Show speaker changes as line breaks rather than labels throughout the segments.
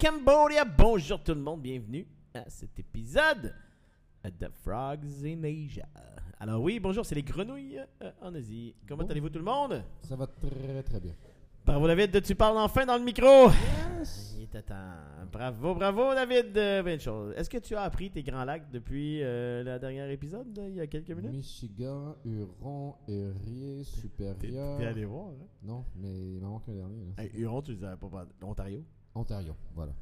Cambodia. Bonjour tout le monde, bienvenue à cet épisode de Frogs in Asia. Alors oui, bonjour, c'est les grenouilles euh, en Asie. Comment
Bon.
allez-vous tout le monde?
Ça va très très bien.
Bravo David, tu parles enfin dans le micro. Ah, Il était temps. Bravo, bravo David. Euh, belle chose. Est-ce que tu as appris tes grands lacs depuis euh, le dernier épisode, euh, il y a quelques minutes?
Michigan, Huron, Erie,
T'es
Supérieur.
t'es allé voir. Hein?
Non, mais il m'en manque un dernier. là.
Hey, Huron, tu les avais pas parlé. Ontario.
Ontario, voilà.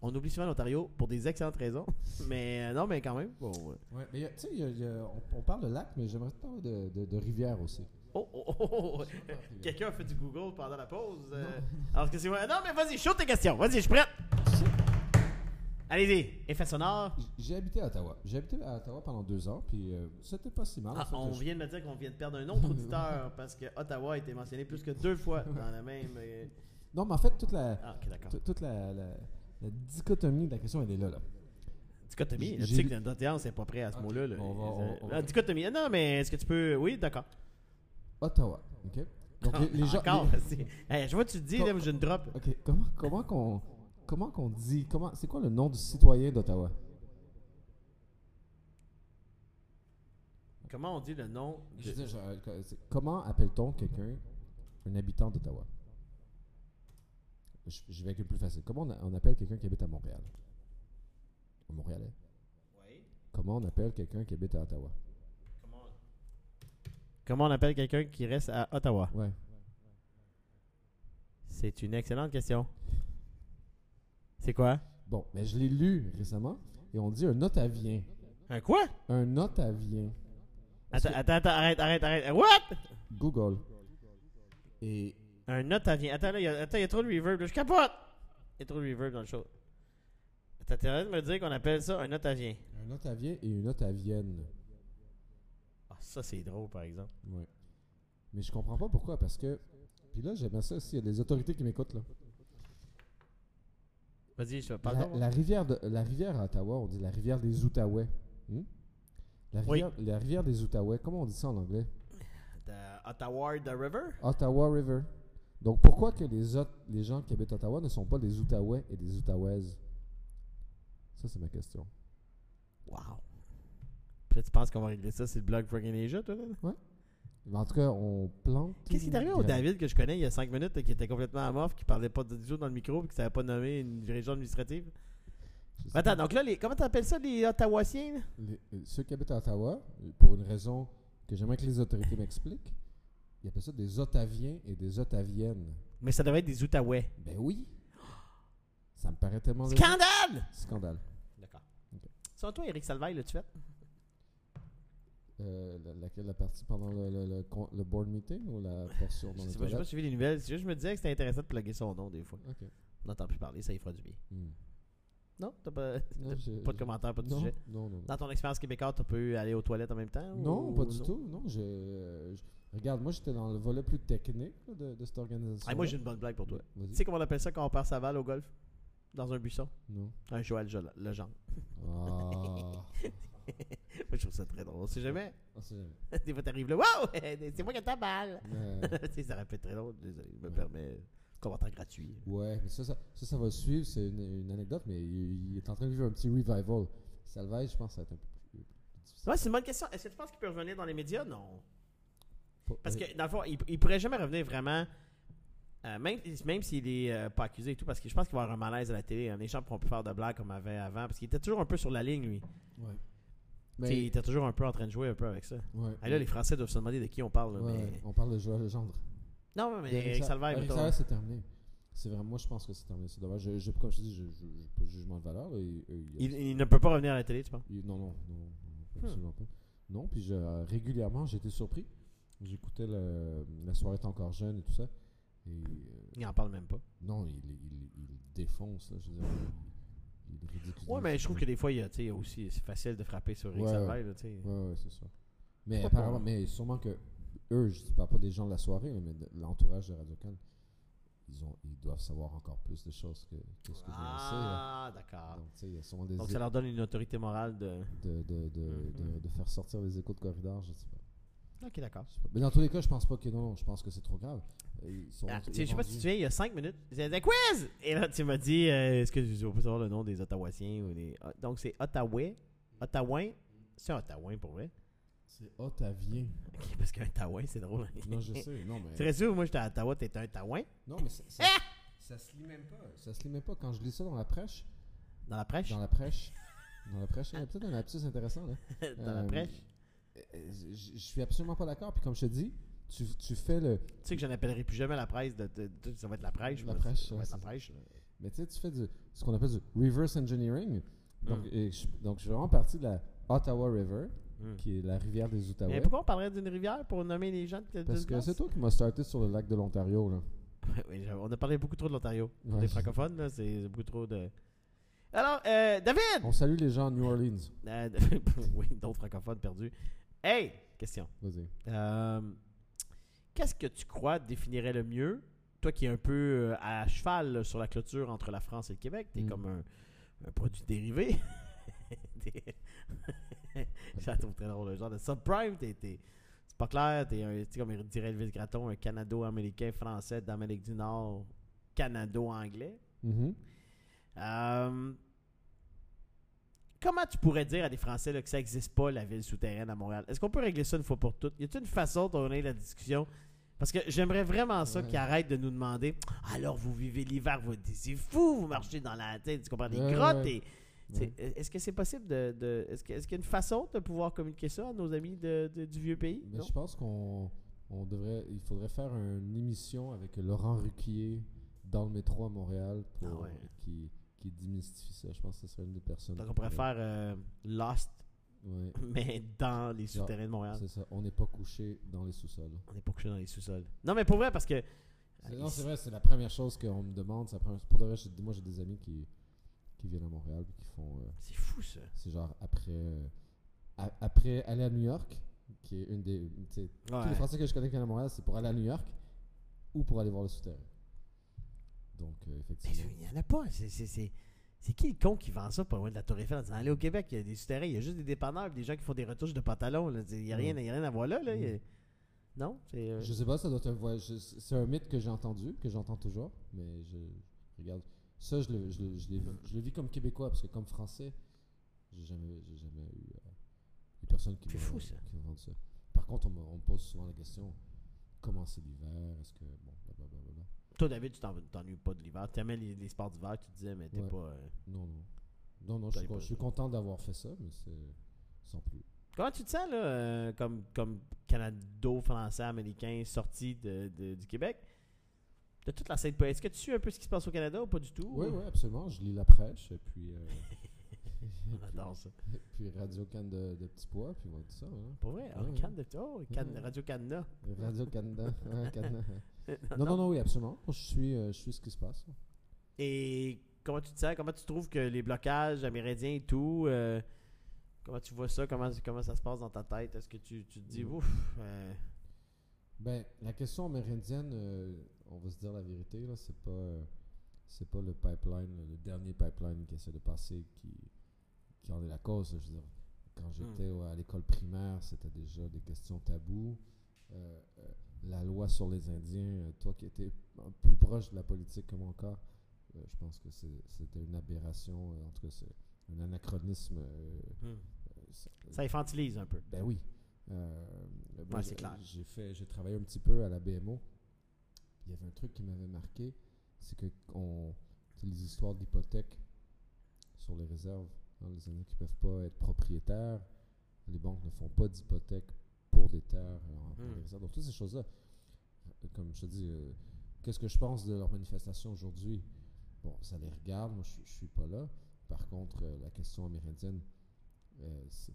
On oublie souvent l'Ontario pour des excellentes raisons. Mais euh, non, mais quand même. bon, euh.
Ouais, mais il y a- tu sais, il y a- il y a- on, on parle de lac, mais j'aimerais parler de, de, de rivière aussi. Ah,
Oh, oh, oh, oh, oh. Quelqu'un a fait du Google pendant la pause. euh, alors que c'est moi. Non, mais vas-y, shoot tes questions. Vas-y, je suis prêt. Allez-y. Effet sonore.
J- J'ai habité à Ottawa. J'ai habité à Ottawa pendant deux ans, puis euh, c'était pas si mal. en
Ah,
fait,
on
je-
vient de me dire qu'on vient de perdre un autre auditeur parce que Ottawa a été mentionné plus que deux fois dans la même. euh,
Non, mais en fait, toute la,
Ah, ok, d'accord.
toute- toute la, la, la dichotomie de la question, elle est là. là.
Dichotomie. là, Tu
J'ai
sais
lu-
que notre audience n'est pas prêt à ce mot-là. là.
on va- on- on-
Ah, Dichotomie. Ah, Non, mais est-ce que tu peux. Oui, d'accord.
Ottawa, OK? Donc, les, les gens...
Encore.
les-
c'est- Hey, je vois, que tu te dis, là, j'ai une drop.
OK, comment, comment qu'on... Comment qu'on dit... comment C'est quoi le nom du citoyen d'Ottawa?
Comment on dit le nom de-
Je veux dire, genre, euh, c'est- comment appelle-t-on quelqu'un, un habitant d'Ottawa? Je, je vais avec le plus facile. Comment on, a- on appelle quelqu'un qui habite à Montréal? Un Montréalais. Comment on appelle quelqu'un qui habite à Ottawa?
Comment on appelle quelqu'un qui reste à Ottawa
Ouais.
C'est une excellente question. C'est quoi
Bon, mais je l'ai lu récemment et on dit un Ottavien.
Un quoi
Un Ottavien.
Attends, attends, attends, arrête, arrête, arrête. Euh, What
Google. Et
Un Ottavien. Attends, là, il y a- attends, il y a trop de reverb. là, Je capote Il y a trop de reverb dans le show. T'as intérêt de me dire qu'on appelle ça un Ottavien.
un Ottavien et une Ottavienne.
Ah, ça, c'est drôle, par exemple.
Ouais. Mais je comprends pas pourquoi, parce que. Puis là, j'aimerais ça aussi. Il y a des autorités qui m'écoutent, là.
Vas-y, je parle.
La, la rivière de, la rivière à Ottawa, on dit la rivière des Outaouais. Hmm? La,
Oui.
rivière, la rivière des Outaouais, comment on dit ça en anglais
Ottawa the River
Ottawa River. Donc pourquoi que les, autres, les gens qui habitent Ottawa ne sont pas des Outaouais et des Outaouaises Ça, c'est ma question.
Wow. Puis là, tu penses qu'on va régler ça, c'est le blog Frog Asia, toi, là?
Mais en tout cas, on plante.
Qu'est-ce qui est arrivé au
une-
David que je connais il y a 5 minutes, là, qui était complètement amorphe, qui parlait pas du tout dans le micro, puis qui savait pas nommer une région administrative?
Je sais
Attends,
pas.
donc là, les, comment t'appelles ça, les Ottawaciens? là?
Les- euh, ceux qui habitent à Ottawa, euh, pour une raison que j'aimerais que les autorités m'expliquent, ils appellent ça des Ottaviens et des Ottaviennes.
Mais ça devrait être des Outaouais.
Ben oui Ça me paraît tellement. logique.
Scandale!
Scandale.
D'accord.
Ok.
Sans toi, Eric Salvaille, là, tu fais?
Euh, la- laquelle la partie pendant le, le, le, con- le board meeting ou la portion
Je
dans les
sais pas, j'ai pas
toilettes?
suivi les nouvelles. C'est juste, je me disais que c'était intéressant de plugger son nom des fois.
Ok.
On n'entend plus parler, ça y fera du bien.
Hmm.
Non? T'as pas,
Non,
t'as
je-
pas de
je-
commentaire, pas de
Non,
sujet?
non, non.
Dans ton expérience québécoise, t'as pas eu aller aux toilettes en même temps?
Non, non,
Ah, ou-
pas du
non?
tout. Non, je, euh, je- regarde, moi j'étais dans le volet plus technique là, de, de cette organisation.
Ah, moi, j'ai une bonne blague pour toi.
Vas-y.
Tu sais comment on appelle ça quand on part sa balle au golf? Dans un buisson?
Non.
Un Joël Jol- Legendre.
Ah.
Moi, je trouve ça très drôle. On sait jamais.
On sait jamais.
Des fois, t'arrives là, wow! C'est moi qui ai ta balle!
Mais,
Tu sais, ça aurait pu être très drôle. Désolé, je me
Ouais.
permets. Commentaire gratuit.
ouais, mais ça, ça, ça, ça va suivre. C'est une, une anecdote, mais il, il est en train de vivre un petit revival. Salvage, je pense, que ça va être un peu plus, plus difficile.
Ouais, c'est une bonne question. Est-ce que tu penses qu'il peut revenir dans les médias? Non.
Pas-
Parce
euh,
que, dans le fond, il, il pourrait jamais revenir vraiment. euh, même même s'il est euh, pas accusé et tout, parce que je pense qu'il va y avoir un malaise à la télé. hein. Les gens pourront plus faire de blagues comme avait avant. Parce qu'il était toujours un peu sur la ligne, lui.
Ouais.
Tu sais,
Mais,
il était toujours un peu en train de jouer un peu avec ça.
ouais.
Ah, là, les Français doivent se demander de qui on parle. là,
Ouais,
mais-
ouais, On parle de Joël Legendre.
Non, mais
De
Eric
Sa-
Salvaire,
Eric
mettons.
Salvaire, c'est terminé. C'est vraiment, moi, je pense que c'est terminé. C'est dommage. Je, je, comme je te dis, je n'ai pas de jugement de valeur. là, et- et il y a-
il, Hmm. il ne peut pas revenir à la télé, tu penses?
il- non, non, non, non, absolument pas. Non, puis je- euh, régulièrement, j'ai été surpris. J'écoutais le- La soirée est encore jeune et tout ça. Et euh,
Il en parle même pas.
non, il, il, il, il défonce. Là, je veux dire, il, il ridiculise.
Ouais, mais je trouve que des fois, il y a, tu sais, aussi, c'est facile de frapper sur Eric
Ouais,
Salvaire, là, tu sais.
Ouais, ouais, c'est ça. Mais
Pourquoi
apparemment,
pas? hein.
mais sûrement que eux, je ne parle pas des gens de la soirée, là, mais de l'entourage de Radio Can, ils, ont, ils doivent savoir encore plus de choses que, que ce que je sais. là.
Ah, d'accord.
Donc, tu sais, il y a sûrement des
Donc, Mhm. ça leur donne une autorité morale de.
de, de, de, de- de faire sortir les échos de corridor, je sais pas.
Ok, d'accord.
Je sais pas. Mais dans tous les cas, je pense pas que non, je pense que c'est trop grave. Euh, Ils sont,
Ah, tu
ils
sais, je sais pas si
rendus-
tu te souviens, il y a 5 minutes, j'ai dit quiz! Et là, tu m'as dit, euh, est-ce que je ne pas savoir le nom des Ottawasiens ou des. Ah, Donc, c'est Ottawa. Ottawain. C'est un Ottawain pour vrai.
C'est Ottavien.
Ok, parce qu'un Ottawain, c'est drôle.
Non, je sais. Non, mais.
Tu Ah! serais sûr, moi, j'étais à Ottawa, t'étais un Ottawain
Non, mais ça, ça, ça se lit même pas. Ça se lit même pas. Quand je lis ça dans la prêche,
dans la prêche.
dans la prêche, dans la prêche, il y a peut-être un lapsus intéressant là.
dans la
Euh,
prêche.
euh, Je je suis absolument pas d'accord. Puis comme je te dis, tu, tu fais le,
Tu sais que je n'appellerai plus jamais la presse. De, de- de- ça va être la prêche.
La
moi,
prêche,
Ça va
ouais,
être la
c'est ça.
prêche.
mais tu sais, tu fais du, ce qu'on appelle du reverse engineering. Donc, et je, donc je suis vraiment parti de la Ottawa River,
Hmm.
qui est la rivière des
Mais
Outaouais.
pourquoi on parlerait d'une rivière pour nommer les gens de
Ah Parce que c'est toi qui m'as starté sur le lac de l'Ontario là.
Oui, j'avoue, on a parlé beaucoup trop de l'Ontario. Pour
Ouais.
les francophones, là, c'est beaucoup trop de. Alors, euh, David!
On salue les gens à New Orleans.
Euh, oui, d'autres francophones perdus. Hey! Question.
Vas-y.
Euh, Qu'est-ce que tu crois définirait le mieux? Toi qui es un peu euh, à cheval là, sur la clôture entre la France et le Québec, t'es
Mm.
comme un, un produit dérivé. T'es- Je la trouve très drôle, le genre de subprime, t'es. t'es- C'est pas clair, t'es un- t'es comme dirait Elvis Gratton, un canado-américain français d'Amérique du Nord, canado-anglais.
Mhm.
Euh, comment tu pourrais dire à des Français là, que ça n'existe pas, la ville souterraine à Montréal? Est-ce qu'on peut régler ça une fois pour toutes? Y a-t-il une façon d'en la discussion? Parce que j'aimerais vraiment ça
Ouais.
qu'ils arrêtent de nous demander alors vous vivez l'hiver, vous êtes- c'est fou, vous marchez dans la tête, tu comprends, des
Ouais,
grottes.
ouais.
et- tu sais,
Ouais.
Est-ce que c'est possible de. de- Est-ce que- est-ce qu'il y a une façon de pouvoir communiquer ça à nos amis de- de- du vieux pays?
Ben,
Non?
je pense qu'on on devrait, il faudrait faire une émission avec Laurent Ruquier dans le métro à Montréal pour
Ah ouais.
qui, qui démystifie ça. Je pense que ce serait une des personnes.
Donc
qui
on pourrait
pourrait-
faire euh, Lost,
Ouais,
mais dans les souterrains de Montréal.
c'est ça. On n'est pas couché dans les sous-sols.
On n'est pas couché dans les sous-sols. Non, mais pour vrai, parce que. Ah,
C'est- Non, c'est vrai, c'est la première chose qu'on me demande. c'est la première- Pour de vrai, j'ai- moi j'ai des amis qui, qui viennent à Montréal et qui font. euh,
C'est fou ça.
c'est genre après, euh, a- après aller à New York, qui est une des. tu sais, Tous les Français que je connais qui viennent à Montréal, c'est pour aller à New York ou pour aller voir le souterrain. Donc, euh,
Mais
effectivement.
Il n'y en a pas. C'est, c'est, c'est- c'est qui le con qui vend ça pas loin de la Tour Eiffel en disant Allez au Québec, il y a des souterrains, il y a juste des dépanneurs, puis des gens qui font des retouches de pantalons. là. Il n'y a, rien-
Mm.
il y a rien à voir là. là. Il y a-
Mm.
Non c'est, euh,
Je sais pas, ça doit être un voyage. C'est un mythe que j'ai entendu, que j'entends toujours, mais je regarde. Ça, je le, je le- je l'ai- je le vis comme Québécois, parce que comme Français, j'ai jamais, j'ai jamais eu euh, des personnes qui
C'est
m'ont-
fou, ça.
qui me vendent ça. Par contre, on me, on me pose souvent la question comment c'est l'hiver Est-ce que. Bon, blablabla.
Toi, David, tu t'en- t'ennuies pas de l'hiver. Tu aimais les, les sports d'hiver, tu disais, mais t'es
Ouais.
pas. euh,
Non, non. Non, non, je suis,
T'as
con-
pas-
je suis content d'avoir fait ça, mais c'est sans plus.
Comment tu te sens, là, euh, comme, comme Canado-Français-Américain sorti de, de- du Québec De toute la scène poétique. Est-ce que tu suis un peu ce qui se passe au Canada ou pas du tout
Oui, oui, absolument. Je lis la prêche, et puis. euh,
On adore ça.
et puis Radio Cannes de, de Petit Pois, puis on va dire ça. hein.
Pour vrai, oh,
Ouais, ouais. Ouais.
Radio-Canada.
Radio Canada. hein, Canada. non, non, non, oui, absolument. Je suis, euh, je suis ce qui se passe.
Et comment tu te sens? Comment tu trouves que les blocages amérindiens et tout, euh, comment tu vois ça? Comment, comment ça se passe dans ta tête? Est-ce que tu, tu te dis,
Mm.
ouf, euh,
Ben, la question amérindienne, euh, on va se dire la vérité, là, c'est pas, euh, c'est pas le pipeline, le dernier pipeline qui essaie de passer qui, qui en est la cause. là. Je veux dire, quand j'étais au- à l'école primaire, c'était déjà des questions taboues. Euh, euh, la loi sur les Indiens, euh, toi qui étais un- plus proche de la politique que moi encore, euh, je pense que c'est- c'était une aberration, euh, en tout cas, c'est un anachronisme. euh,
hmm,
euh, ça-
ça infantilise un peu?
ben oui. Euh, moi,
c'est
j'ai-
clair.
J'ai fait, j'ai travaillé un petit peu à la BMO. Il y avait un truc qui m'avait marqué, c'est que on, tu sais, les histoires d'hypothèques sur les réserves, hein, les années qui peuvent pas être propriétaires, les banques ne font pas d'hypothèques pour des terres euh, dans
Mm.
les réserves. Donc toutes ces choses-là, euh, comme je te dis, euh, qu'est-ce que je pense de leur manifestation aujourd'hui Bon, ça les regarde. Moi, je, je suis pas là. Par contre, euh, la question amérindienne, euh, c'est-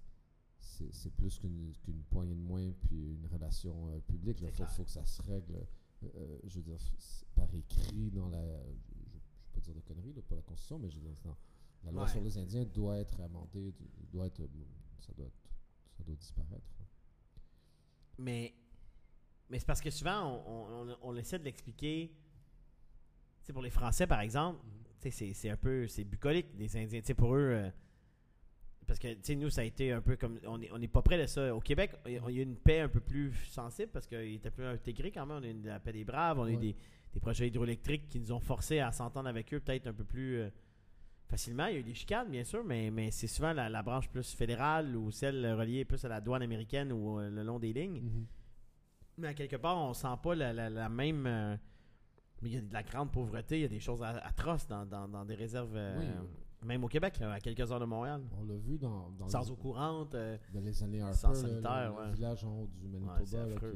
c'est c'est plus qu'une qu'une poignée de moins puis une relation euh, publique. Il
C'est
faut,
clair.
faut que ça se règle, euh, euh, je veux dire, c'est par écrit dans la. Je ne vais pas dire de conneries là, pour la Constitution, mais je veux dire, dans- la loi
Ouais.
sur les Indiens doit être amendée, du- doit être, ça, doit être- ça doit disparaître.
Mais, mais c'est parce que souvent, on, on- on- on essaie de l'expliquer. Tu sais, pour les Français, par exemple, tu sais, c'est, c'est un peu c'est bucolique, les Indiens. Tu sais, pour eux, euh, Parce que, tu sais, nous, ça a été un peu comme. On n'est on est pas près de ça. Au Québec, il y a il y a une paix un peu plus sensible parce qu'il était plus intégré quand même. On a eu la paix des Braves, on a eu
Ouais.
des, des projets hydroélectriques qui nous ont forcés à s'entendre avec eux peut-être un peu plus euh, facilement. Il y a eu des chicanes, bien sûr, mais, mais c'est souvent la, la branche plus fédérale ou celle reliée plus à la douane américaine ou euh, le long des lignes.
Mhm.
Mais à quelque part, on sent pas la, la- la même. euh, mais il y a de la grande pauvreté, il y a des choses a- atroces dans, dans- dans des réserves, euh,
Oui.
même au Québec, là, à quelques heures de Montréal.
On l'a vu dans, dans
Sans
les,
eau courante. euh,
dans les années Harper,
Sans
là, le-
sanitaire,
le,
ouais.
village en haut du Manitoba.
ouais, c'est
là,
affreux.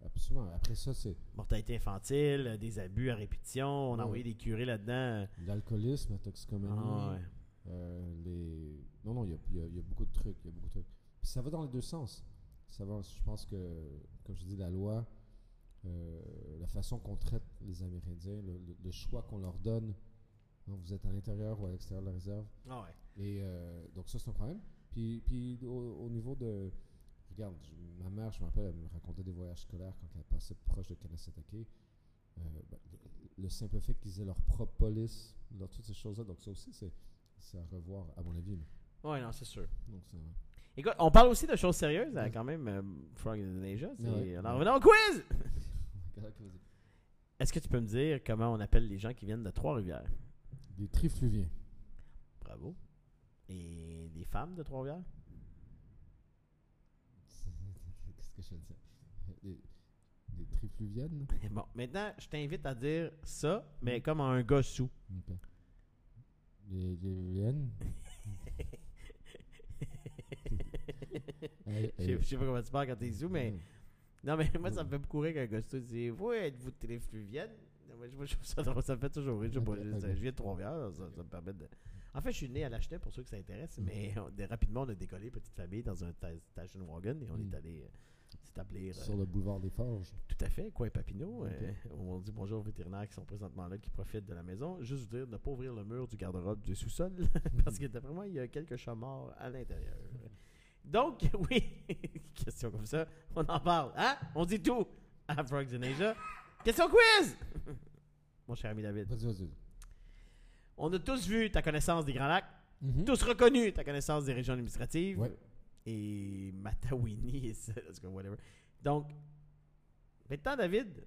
qui- absolument. Après ça, c'est
Mortalité infantile, euh, des abus à répétition, on a
Ouais.
envoyé des curés là-dedans. euh,
l'alcoolisme, la toxicomanie.
Ah, ouais.
Euh, les... Non, non, il y a, il y a- il y a beaucoup de trucs. il Y a beaucoup de trucs. Puis ça va dans les deux sens. Ça va, je pense que, comme je dis, la loi, euh, la façon qu'on traite les Amérindiens, le, le- le choix qu'on leur donne, quand vous êtes à l'intérieur ou à l'extérieur de la réserve.
Ah ouais.
Et euh, donc ça, c'est un problème. Puis, puis au, au niveau de... Regarde, je- ma mère, je me rappelle, elle me racontait des voyages scolaires quand elle passait proche de Kanesatake. Euh, ben, le- le simple fait qu'ils aient leur propre police, leur, toutes ces choses-là, donc ça aussi, c'est c'est à revoir, à mon avis. là.
Ouais, non, c'est sûr.
Donc, c'est-
Écoute, on parle aussi de choses sérieuses, euh,
Ouais.
quand même, euh, Frog in the Ninja. c'est-
Ouais.
Alors, revenons au quiz!
Des
Est-ce que tu peux me dire comment on appelle les gens qui viennent de Trois-Rivières?
trifluviens.
Bravo. Et les femmes de Trois-Rivières?
Qu'est-ce que je veux dire? Des, des trifluviennes?
Bon, maintenant, je t'invite à dire ça, mais comme un gars sous.
Ok. Des, des viennes? Euh,
Je sais-
euh,
je sais pas comment tu parles quand t'es sous, mais.
euh,
Non, mais moi, ça me fait beaucoup rire qu'un gars sous dit Vous, êtes-vous téléfluvienne Moi, je moi, je trouve ça drôle, ça me fait toujours rire. Je, sais pas,
Ok,
je-
ok.
je viens de Trois-Rivières, ça, ça me permet de. En fait, je suis né à Lachenay pour ceux que ça intéresse, mais on- de- rapidement, on a décollé, petite famille, dans un ta- station wagon et on
Mm.
est allé euh, s'établir. euh,
Sur le boulevard des Forges.
Tout à fait, coin Papineau.
Ok.
euh, on dit bonjour aux vétérinaires qui sont présentement là, qui profitent de la maison. Juste vous dire, ne pas ouvrir le mur du garde-robe du sous-sol, parce que d'après moi, il y a quelques chats morts à l'intérieur. Donc, oui, question comme ça, on en parle. Hein? On dit tout à Frogs in Asia. Question quiz! Mon cher ami David.
Vas-y, vas-y.
On a tous vu ta connaissance des Grands Lacs,
Mhm.
tous reconnu ta connaissance des régions administratives
Ouais.
et Matawini et ça, en tout cas, whatever. Donc, maintenant, David,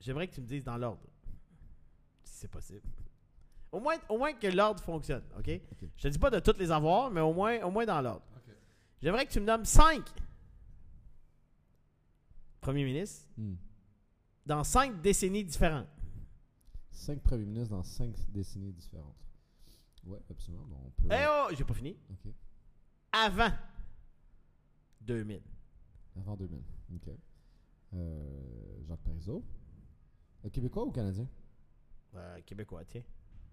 j'aimerais que tu me dises dans l'ordre, si c'est possible. Au moins, au moins que l'ordre fonctionne, OK?
Ok.
Je te dis pas de toutes les avoir, mais au moins, au moins dans l'ordre. J'aimerais que tu me nommes 5 premiers ministres
Hmm.
dans 5 décennies différentes.
Cinq premiers ministres dans cinq décennies différentes. Ouais, absolument. Bon, on peut.
Eh oh, j'ai pas fini.
Ok.
Avant 2000.
Avant 2000. Ok. Euh, Jacques Parizeau. Euh, Québécois ou Canadien
Euh, Québécois, tiens.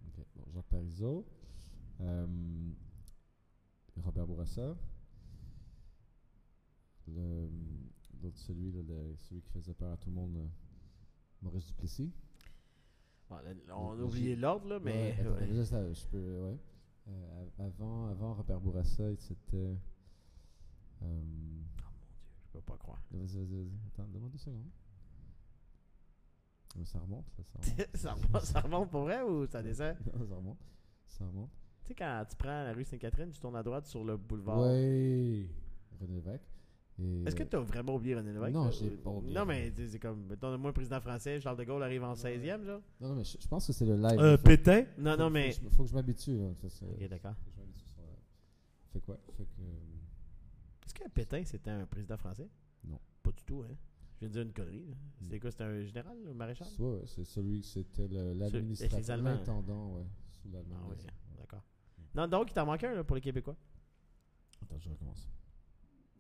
Ok. Bon, Jacques Parizeau. Euh, Robert Bourassa. Le, l'autre, celui, là, le- celui qui faisait peur à tout le monde, euh, Maurice Duplessis.
Bon, là, on a
Vas-y.
oublié l'ordre, là, mais...
Ouais, attends,
ouais.
juste, euh, je peux. ouais. Euh, av- avant, avant Robert Bourassa, c'était. euh,
Je peux pas croire.
Vas-y, vas-y, vas-y. Attends, demande deux secondes. Euh, Ça remonte, là, ça remonte.
ça, remonte, ça remonte pour vrai ou ça descend?
Non, ça remonte. Ça remonte.
Tu sais, quand tu prends la rue Sainte-Catherine, tu tournes à droite sur le boulevard.
Ouais. René Lévesque. Et,
Est-ce que
euh,
tu as vraiment oublié René Lévesque?
Non,
là?
j'ai pas oublié.
Non, mais tu sais, c'est comme, mettons, moi, président français, Charles de Gaulle arrive en 16e, là.
Non, non, mais je, je pense que c'est le live. faut-
pétain? Euh, Non,
faut-
non, mais.
Faut, que je- faut que je m'habitue, là. Ça, c'est-
Ok, d'accord.
Faut que je m'habitue sur la- Fait quoi Fait que. euh,
Est-ce que Pétain, c'était un président français?
Non.
Pas du tout, hein. Je viens de dire une connerie. là. C'était quoi? C'était un général, un maréchal?
Ouais, ouais, c'est celui que c'était le- l'administrateur,
Allemands.
l'intendant, ouais, sous l'allemand.
Ah oui,
nazi.
d'accord. Non, donc, il t'en manque un, là, pour les Québécois.
Attends, je recommence.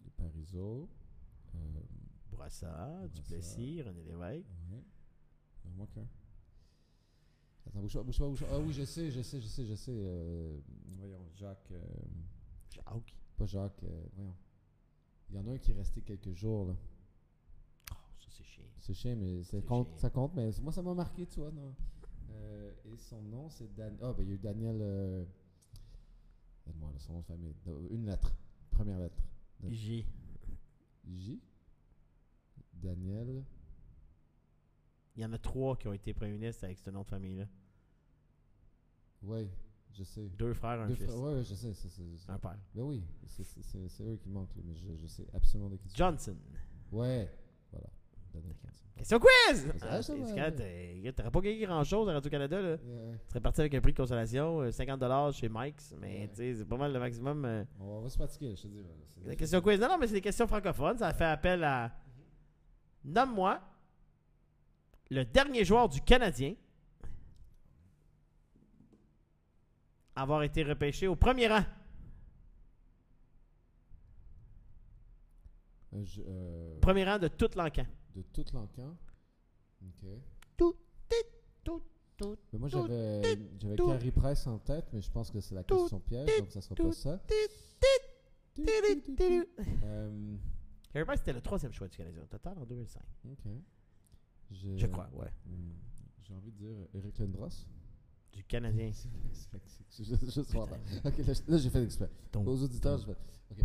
Le Parizeau. Euh,
Bourassa, Duplessis, René Lévesque.
ouais. Il en manque un. Euh, Attends, bouge pas, bouge pas, bouge pas. Ah oui, je sais, je sais, je sais, je sais. euh, voyons, Jacques. euh,
Jacques.
pas Jacques, euh, voyons. Il y en a un qui est resté quelques jours, là.
Oh, ça, c'est chiant.
C'est chiant, mais ça
C'est
compte,
chiant.
ça compte, mais moi, ça m'a marqué, tu vois. non. Euh, et son nom, c'est Daniel. Ah, ben, il y a eu Daniel. euh, Aide-moi, là, son nom de famille. Euh, Une lettre. Première lettre. Ouais.
J.
J. Daniel.
Il y en a trois qui ont été premiers ministres avec ce nom de famille-là.
Ouais. Je sais.
Deux frères, un Ah.
Deux
fils.
frères- ouais, ouais, je sais. c'est- c'est- c'est-
Un père.
Ben oui, c'est- c'est c'est- c'est eux qui manquent, là, mais je, je sais absolument de qui tu
Johnson.
parles. Ouais, voilà. Daniel
D'accord.
Johnson.
Question quiz!
Ah, ça,
Ah,
ça
c'est-
va,
c'est
ouais.
quand t'es- T'aurais pas gagné grand-chose à Radio-Canada, là.
Ouais, ouais.
Tu serais parti avec un prix de consolation, euh, 50$ chez Mike's, mais
Ouais.
tu sais, c'est pas mal le maximum. euh.
On va se fatiguer, je te dis. là, c'est-
La question quiz. Non, non, mais c'est des questions francophones. Ça fait appel à. Nomme-moi le dernier joueur du Canadien à avoir été repêché au premier rang.
Un jeu, euh,
Premier rang de toute l'encan.
de tout l'encan. Ok.
Tout, tit, tout, tout,
Mais moi,
tout,
j'avais j'avais
tout.
Carrie Price en tête, mais je pense que c'est la
Tout,
question piège, donc ça sera
tout,
pas ça. Tu, tu, tu, tu. Euh,
Carey Price, c'était le troisième choix du Canadien au total en 2005.
ok. J'ai-
Je crois, ouais.
Hmm, J'ai envie de dire Eric Lindros.
Du Canadien.
C'est- c'est- c'est- c'est juste- juste voir.
Putain. Oh.
Ok, là, je- là, j'ai fait exprès.
Ton-
Aux auditeurs, je vais. Ok,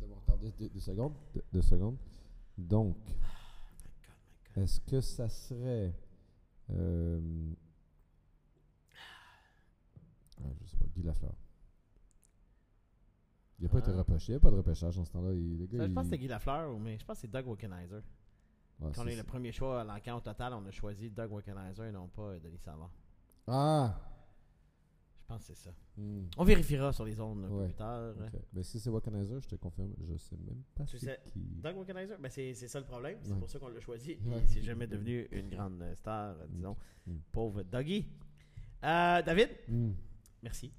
de me retarder deux, deux secondes. Deux, deux secondes. Donc,
Ah,
est-ce que ça serait. Euh, ah, je sais pas, Guy Lafleur. Il n'a pas été
Ah.
repêché. Il n'y a pas de repêchage en ce temps-là. Il, le gars,
Ça, je
il-
pense que c'est Guy Lafleur, ou- mais je pense que c'est Doug Wickenheiser.
Ouais,
Quand on
Ah, c'est-
a eu le premier choix à l'encan au total, on a choisi Doug Wickenheiser et non pas euh, Denis Savard.
Ah!
Je pense que c'est ça.
Hmm,
On vérifiera sur les ondes un peu
Ouais.
plus tard.
ok. Mais si c'est Wakanizer, je te confirme, je sais même pas
Tu
c'est
sais,
qui.
Doug Wickenheiser, ben c'est c'est ça le problème. C'est
Ouais.
pour ça qu'on l'a choisi.
Ouais.
Il s'est jamais devenu une grande euh, star, euh, disons.
Mm.
Pauvre Dougie. Euh, David,
Hmm.
merci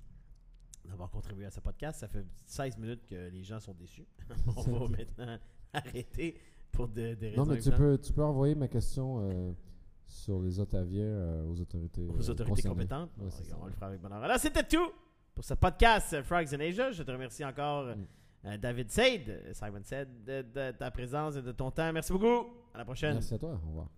d'avoir contribué à ce podcast. Ça fait 16 minutes que les gens sont déçus. On va maintenant arrêter pour de- des raisons
Non, mais tu
évidentes.
peux, tu peux envoyer ma question euh, sur les Ottaviens euh, aux autorités euh,
aux autorités
concernées.
compétentes.
Ouais, c'est
on
ça.
le fera avec bonheur. Alors, c'était tout pour ce podcast euh, Frogs in Asia. Je te remercie encore, euh,
Mm.
euh, David Said, euh, Simon Said, de, de ta présence et de ton temps. Merci beaucoup. À la prochaine.
Merci à toi. Au revoir.